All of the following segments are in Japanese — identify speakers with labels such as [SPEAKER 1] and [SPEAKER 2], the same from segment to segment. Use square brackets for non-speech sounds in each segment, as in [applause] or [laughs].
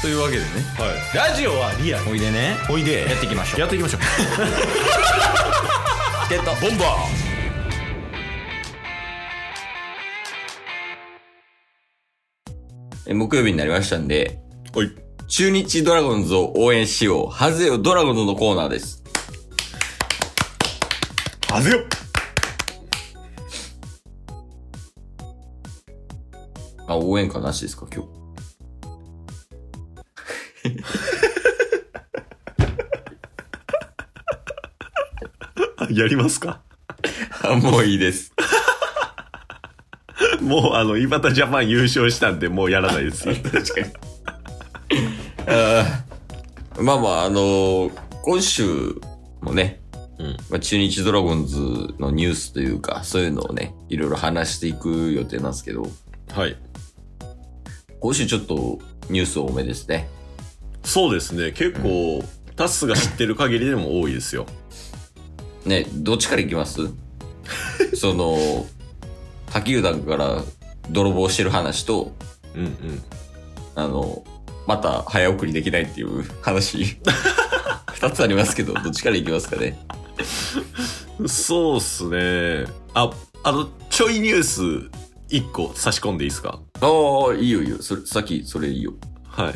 [SPEAKER 1] というわけでね
[SPEAKER 2] はい、ラジオはリアル
[SPEAKER 1] おいでね
[SPEAKER 2] おいで
[SPEAKER 1] やっていきましょう
[SPEAKER 2] やっていきましょう
[SPEAKER 1] チケットボンバーえ木曜日になりましたんで、
[SPEAKER 2] はい
[SPEAKER 1] 中日ドラゴンズを応援しよう、ハゼよドラゴンズのコーナーです。
[SPEAKER 2] はぜよ [laughs]
[SPEAKER 1] あ、応援歌なしですか、今日。 [laughs]
[SPEAKER 2] やりますか
[SPEAKER 1] あ、もういいです。
[SPEAKER 2] もうあの井端ジャパン優勝したんでもうやらない
[SPEAKER 1] [laughs]
[SPEAKER 2] です
[SPEAKER 1] まあまあ、あのー今週もね、
[SPEAKER 2] うん
[SPEAKER 1] まあ、中日ドラゴンズのニュースというか、そういうのをね、いろいろ話していく予定なんですけど、
[SPEAKER 2] はい
[SPEAKER 1] 今週ちょっとニュース多めですね。
[SPEAKER 2] そうですね結構、タスが知ってる限りでも多いですよ
[SPEAKER 1] ね、どっちから行きます [laughs] その、他球団から泥棒してる話と、
[SPEAKER 2] うんうん
[SPEAKER 1] あの、また早送りできないっていう [laughs] 話。二つありますけど、どっちから行きますかね。
[SPEAKER 2] そうっすね。あ、あの、ちょいニュース1個差し込んでいいですか
[SPEAKER 1] ああ、いいよいいよ。それ、さっき、それいいよ。
[SPEAKER 2] はい。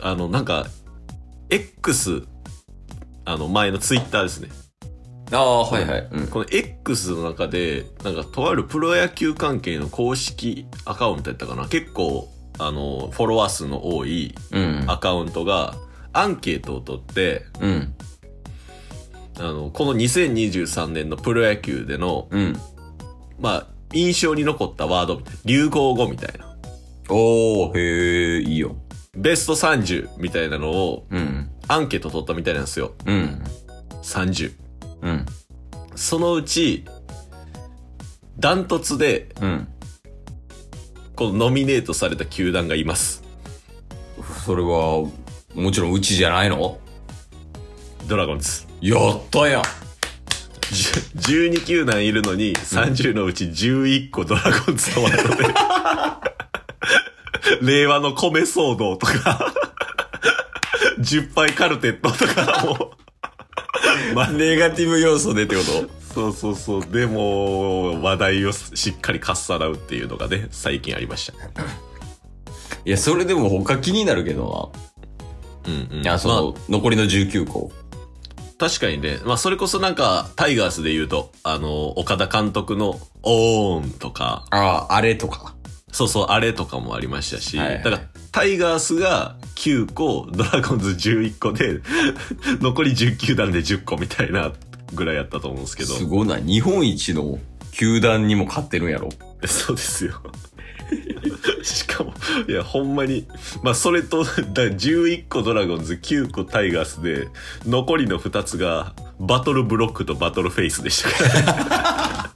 [SPEAKER 2] あの、なんか、X、あの、前のツイッターですね。
[SPEAKER 1] ああ、はいはい。うん。
[SPEAKER 2] この X の中で、なんか、とあるプロ野球関係の公式アカウントやったかな結構、あの、フォロワー数の多い
[SPEAKER 1] うん。
[SPEAKER 2] アカウントが、アンケートを取って、
[SPEAKER 1] うん。
[SPEAKER 2] あの、この2023年のプロ野球での、
[SPEAKER 1] うん。
[SPEAKER 2] まあ、印象に残ったワード、流行語みたいな。
[SPEAKER 1] おー、へえ、いいよ。
[SPEAKER 2] ベスト30みたいなのを
[SPEAKER 1] うん。
[SPEAKER 2] アンケート取ったみたいなんですよ。
[SPEAKER 1] うん。
[SPEAKER 2] 30。
[SPEAKER 1] うん。
[SPEAKER 2] そのうち、ダントツで、
[SPEAKER 1] うん。
[SPEAKER 2] このノミネートされた球団がいます。
[SPEAKER 1] それは、もちろんうちじゃないの
[SPEAKER 2] ドラゴンズ。
[SPEAKER 1] やったやん
[SPEAKER 2] 10 12球団いるのに、30のうち11個ドラゴンズのワー [laughs] ドで。令和の米騒動とか、10杯カルテットとかもう、ま
[SPEAKER 1] [laughs] ネガティブ要素でってこと
[SPEAKER 2] そうそうそう。でも、話題をしっかりかっさらうっていうのがね、最近ありました。
[SPEAKER 1] いや、それでも他気になるけど
[SPEAKER 2] うんうん。
[SPEAKER 1] な。いや、そ
[SPEAKER 2] ま
[SPEAKER 1] の、残りの19個。
[SPEAKER 2] あ確かにね、まあ、それこそなんか、タイガースで言うと、あの、岡田監督の、オーンとか、
[SPEAKER 1] ああ、あれとか。
[SPEAKER 2] そうそう、あれとかもありましたし、
[SPEAKER 1] はいはい
[SPEAKER 2] だから、タイガースが9個、ドラゴンズ11個で、 [laughs] 残り10球団で10個みたいなぐらいやったと思うんですけど、
[SPEAKER 1] すごいな。日本一の球団にも勝ってるんやろ。
[SPEAKER 2] そうですよ。しかも、いや、ほんまに、まあ、それと、だ11個ドラゴンズ、9個タイガースで、残りの2つが、バトルブロックとバトルフェイスでしたから。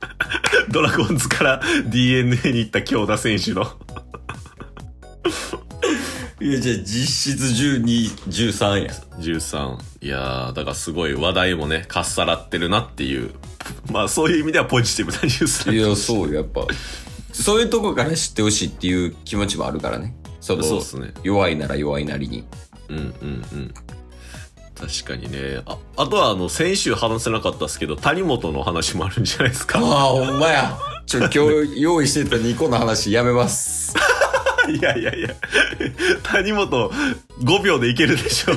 [SPEAKER 1] [laughs]
[SPEAKER 2] ドラゴンズから DNA に行った京田選手の。
[SPEAKER 1] いや、じゃあ実質12、13や。
[SPEAKER 2] 13いやーだからすごい話題もねかっさらってるなっていうまあそういう意味ではポジティブなニュースだ
[SPEAKER 1] いや、そう、やっぱ。そういうとこから知ってほしいっていう気持ちもあるからね。その
[SPEAKER 2] そうっすね
[SPEAKER 1] 弱いなら弱いなりに。
[SPEAKER 2] うんうんうん確かにねああとはあの先週話せなかったですけど谷本の話もあるんじゃないですか
[SPEAKER 1] ああ、ほんまや。ちょ、今日用意してた2個の話やめます。
[SPEAKER 2] [laughs] いやいやいや谷本5秒でいけるでし
[SPEAKER 1] [laughs] [laughs]
[SPEAKER 2] ょ
[SPEAKER 1] い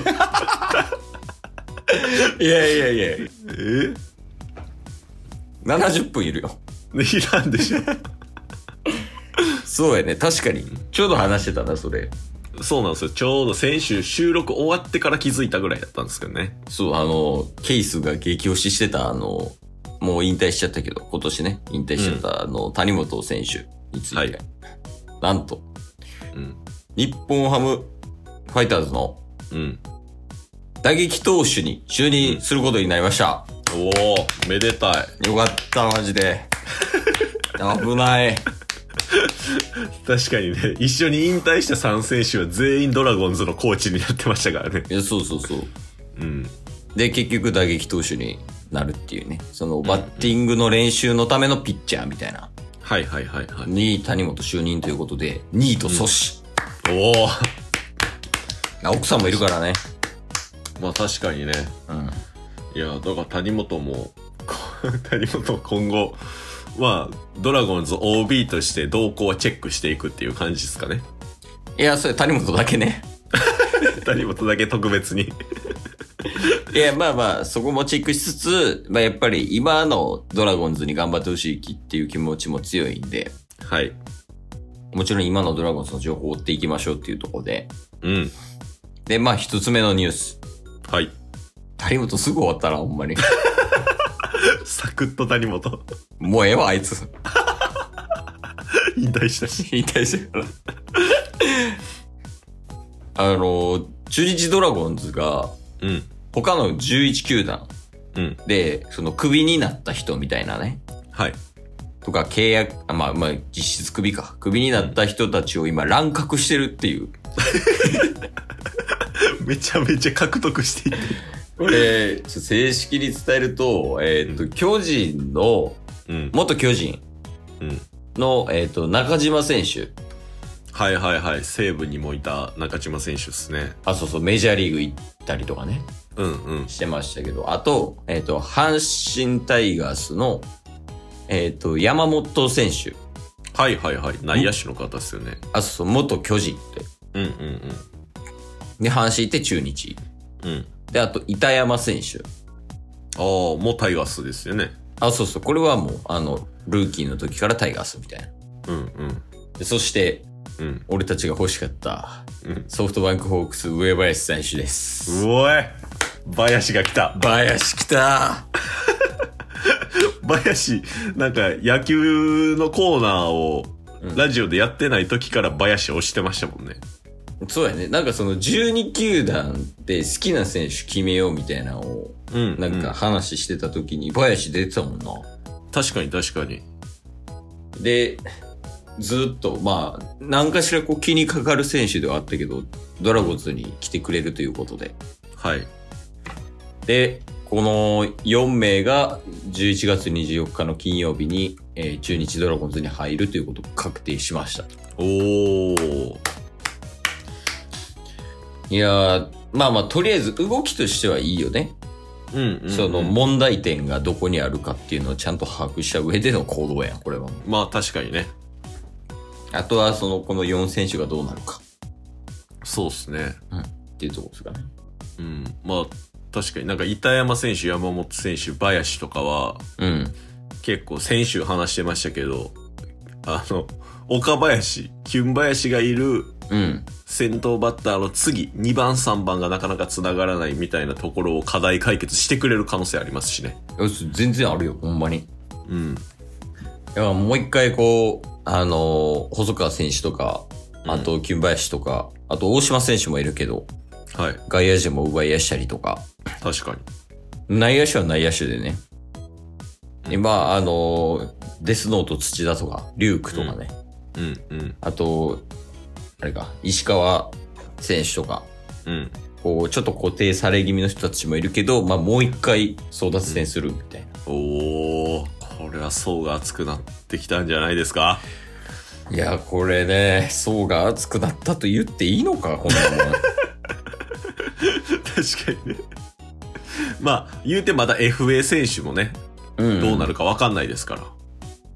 [SPEAKER 1] やいやいや。
[SPEAKER 2] え
[SPEAKER 1] 70分いるよ。
[SPEAKER 2] いらんでしょ
[SPEAKER 1] そうやね、確かに。ちょうど話してたな、それ。
[SPEAKER 2] そうなんですよちょうど先週収録終わってから気づいたぐらいだったんですけどね
[SPEAKER 1] そう、あの、ケイスが激推ししてた、あの、もう引退しちゃったけど、今年ね、引退しちゃった、あの、谷本選手について、
[SPEAKER 2] はい
[SPEAKER 1] なんと、
[SPEAKER 2] うん
[SPEAKER 1] 日本ハムファイターズの
[SPEAKER 2] うん
[SPEAKER 1] 打撃投手に就任することになりました。
[SPEAKER 2] おおめでたい
[SPEAKER 1] よかった、マジで。危ない。
[SPEAKER 2] 確かにね、一緒に引退した3選手は全員ドラゴンズのコーチになってましたからね。
[SPEAKER 1] いや、そうそうそう。
[SPEAKER 2] うん。
[SPEAKER 1] で、結局打撃投手になるっていうね、そのバッティングの練習のためのピッチャーみたいな、
[SPEAKER 2] はいはいはいはい。
[SPEAKER 1] に谷本就任ということで、2位と阻止。
[SPEAKER 2] おお
[SPEAKER 1] あ奥さんもいるからね。
[SPEAKER 2] まあ確かにね。
[SPEAKER 1] うん。
[SPEAKER 2] いや、だから谷本も、こ [laughs] 谷本今後、まあ、ドラゴンズ OB として動向はチェックしていくっていう感じですか [laughs] ね。
[SPEAKER 1] いや、それ谷本だけね。
[SPEAKER 2] 谷本だけ特別に。
[SPEAKER 1] いや、まあまあ、そこもチェックしつつ、まあやっぱり今のドラゴンズに頑張ってほしいっていう気持ちも強いんで、
[SPEAKER 2] はい。
[SPEAKER 1] もちろん今のドラゴンズの情報を追っていきましょうっていうところで。
[SPEAKER 2] うん。
[SPEAKER 1] で、まあ一つ目のニュース。
[SPEAKER 2] はい。
[SPEAKER 1] 谷本すぐ終わったな、ほんまに。 [laughs]
[SPEAKER 2] サクッと谷本、
[SPEAKER 1] もうええわ、あいつ。
[SPEAKER 2] 引退したし。
[SPEAKER 1] 引退してから。 [laughs] あの、中日ドラゴンズが、
[SPEAKER 2] うん。
[SPEAKER 1] 他の11球団
[SPEAKER 2] うん。
[SPEAKER 1] で、そのクビになった人みたいなね、
[SPEAKER 2] はい。
[SPEAKER 1] とか契約、あまあまあ実質クビか。クビになった人たちを今乱獲してるっていう。
[SPEAKER 2] めちゃめちゃ獲得していって
[SPEAKER 1] これ、ちょっと正式に伝えると、えっ、と、
[SPEAKER 2] うん
[SPEAKER 1] 巨人の、
[SPEAKER 2] る。うん。
[SPEAKER 1] 元巨人
[SPEAKER 2] うん。
[SPEAKER 1] の、えっ、と、中島選手。
[SPEAKER 2] はいはいはい。西部にもいた中島選手ですね。
[SPEAKER 1] あ、そうそう、メジャーリーグ行ったりとかね、
[SPEAKER 2] うんうん。
[SPEAKER 1] してましたけど、あと、えっ、と、阪神タイガースの、えっ、と、山本選手。
[SPEAKER 2] はいはいはい。内野手の方ですよね。
[SPEAKER 1] あ、そうそう、元巨人って。
[SPEAKER 2] うんうん
[SPEAKER 1] で、阪神行って中日。
[SPEAKER 2] うん。うん。
[SPEAKER 1] で、あと、板山選手。
[SPEAKER 2] ああ、もうタイガースですよね。
[SPEAKER 1] あ、そうそう、これはもう、あの、ルーキーの時からタイガースみたいな。
[SPEAKER 2] うんうん。
[SPEAKER 1] でそして、
[SPEAKER 2] うん
[SPEAKER 1] 俺たちが欲しかった、
[SPEAKER 2] うん。
[SPEAKER 1] ソフトバンクホークス上林選手です。
[SPEAKER 2] うおい林が来た。
[SPEAKER 1] 林来た
[SPEAKER 2] 林、なんか野球のコーナーを
[SPEAKER 1] うん
[SPEAKER 2] ラジオでやってない時から林押してましたもんね。
[SPEAKER 1] そうやね。なんかその12球団で好きな選手決めようみたいなのを、
[SPEAKER 2] うん
[SPEAKER 1] なんか話してた時に林出てたもんな。
[SPEAKER 2] 確かに確かに。
[SPEAKER 1] で、ずっと、まあ、何かしらこう気にかかる選手ではあったけど、ドラゴンズに来てくれるということで。
[SPEAKER 2] はい。
[SPEAKER 1] で、この4名が11月24日の金曜日に、えー中日ドラゴンズに入るということが確定しました。
[SPEAKER 2] おー。
[SPEAKER 1] いやー、まあまあ、とりあえず動きとしてはいいよね。
[SPEAKER 2] うんうんうん
[SPEAKER 1] その問題点がどこにあるかっていうのをちゃんと把握した上での行動やん、これは。
[SPEAKER 2] まあ確かにね。
[SPEAKER 1] あとは、その、この4選手がどうなるか
[SPEAKER 2] そうっすね。
[SPEAKER 1] っていうところですかね。
[SPEAKER 2] うん。まあ確かになんか板山選手、山本選手、林とかは
[SPEAKER 1] うん。
[SPEAKER 2] 結構先週話してましたけど、あの、岡林、キュン林がいる
[SPEAKER 1] うん。
[SPEAKER 2] 先頭バッターの次、2番、3番がなかなか繋がらないみたいなところを課題解決してくれる可能性ありますしね。
[SPEAKER 1] よし全然あるよ、ほんまに。
[SPEAKER 2] うん。
[SPEAKER 1] いや、もう一回こう、あのー細川選手とか、あと、金林とか、あと、大島選手もいるけど、
[SPEAKER 2] はい。
[SPEAKER 1] 外野手も奪い出したりとか、
[SPEAKER 2] 確かに。
[SPEAKER 1] 内野手は内野手でね。今、あのーデスノート土田とか、リュークとかね。
[SPEAKER 2] うん、うん、
[SPEAKER 1] あと、あれか、石川選手とか、
[SPEAKER 2] うん。
[SPEAKER 1] こう、ちょっと固定され気味の人たちもいるけど、まあ、もう一回争奪戦するみたいな。
[SPEAKER 2] おー、これは層が厚くなってきたんじゃないですか [laughs]
[SPEAKER 1] いや、これね、層が厚くなったと言っていいのか、こんなもん。
[SPEAKER 2] 確かにね。まあ、言うてまだ FA 選手もね、
[SPEAKER 1] [laughs] うん
[SPEAKER 2] どうなるかわかんないですから。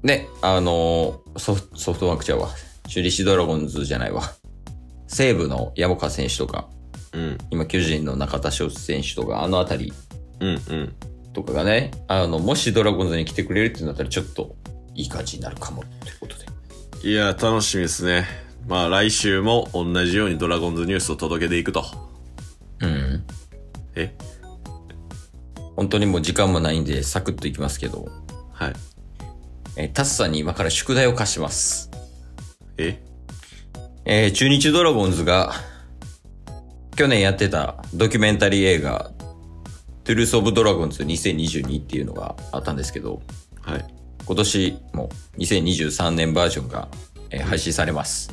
[SPEAKER 1] ね、あのーソフソフトバンクちゃうわ。中日ドラゴンズじゃないわ。西武の山川選手とか、
[SPEAKER 2] うん、
[SPEAKER 1] 今巨人の中田翔選手とか、あのあたり
[SPEAKER 2] うん、うん。
[SPEAKER 1] とかがね、あの、もしドラゴンズに来てくれるってなったら、ちょっといい感じになるかもということで。
[SPEAKER 2] いや、楽しみですね。まあ、来週も同じようにドラゴンズニュースを届けていくと。
[SPEAKER 1] うん。
[SPEAKER 2] え
[SPEAKER 1] 本当にもう時間もないんで、サクッといきますけど、
[SPEAKER 2] はい。
[SPEAKER 1] えータスさんに今から宿題を課します。
[SPEAKER 2] え
[SPEAKER 1] えー中日ドラゴンズが、去年やってたドキュメンタリー映画、トゥルース・オブ・ドラゴンズ2022っていうのがあったんですけど、
[SPEAKER 2] はい。
[SPEAKER 1] 今年も2023年バージョンが、えー配信されます。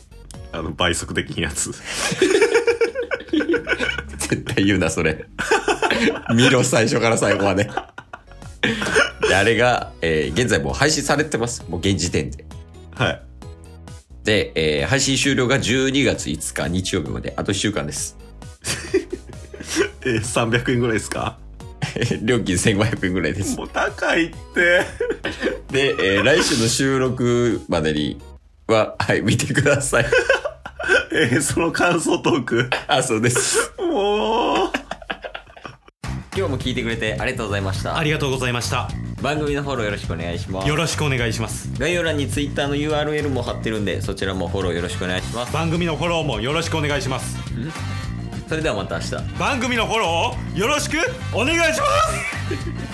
[SPEAKER 1] [laughs]
[SPEAKER 2] あの、倍速的なやつ。 [laughs]
[SPEAKER 1] 絶対言うな、それ。 [laughs] 見ろ、最初から最後まで。 [laughs] で、あれが、えー現在もう配信されてます。もう現時点で。
[SPEAKER 2] はい。
[SPEAKER 1] で、えー配信終了が12月5日日曜日まで、あと1週間です。 [laughs]
[SPEAKER 2] えー、300円ぐらいですか
[SPEAKER 1] 料金1500円ぐらいです。
[SPEAKER 2] もう高いって。 [laughs]
[SPEAKER 1] で、えー来週の収録までには、 [laughs] はい、見てください。 [laughs]
[SPEAKER 2] えー、その感想トーク。
[SPEAKER 1] あ、そうです。
[SPEAKER 2] もう。
[SPEAKER 1] 今日も聞いてくれてありがとうございました
[SPEAKER 3] あ。りがとうございました
[SPEAKER 1] 番組のフォローよろしくお願いします
[SPEAKER 3] よ。ろしくお願いします
[SPEAKER 1] 概要欄に Twitter の URL も貼ってるんで、そちらもフォローよろしくお願いします。
[SPEAKER 3] 番組のフォローもよろしくお願いします
[SPEAKER 1] それではまた明日。
[SPEAKER 3] 番組のフォローをよろしくお願いします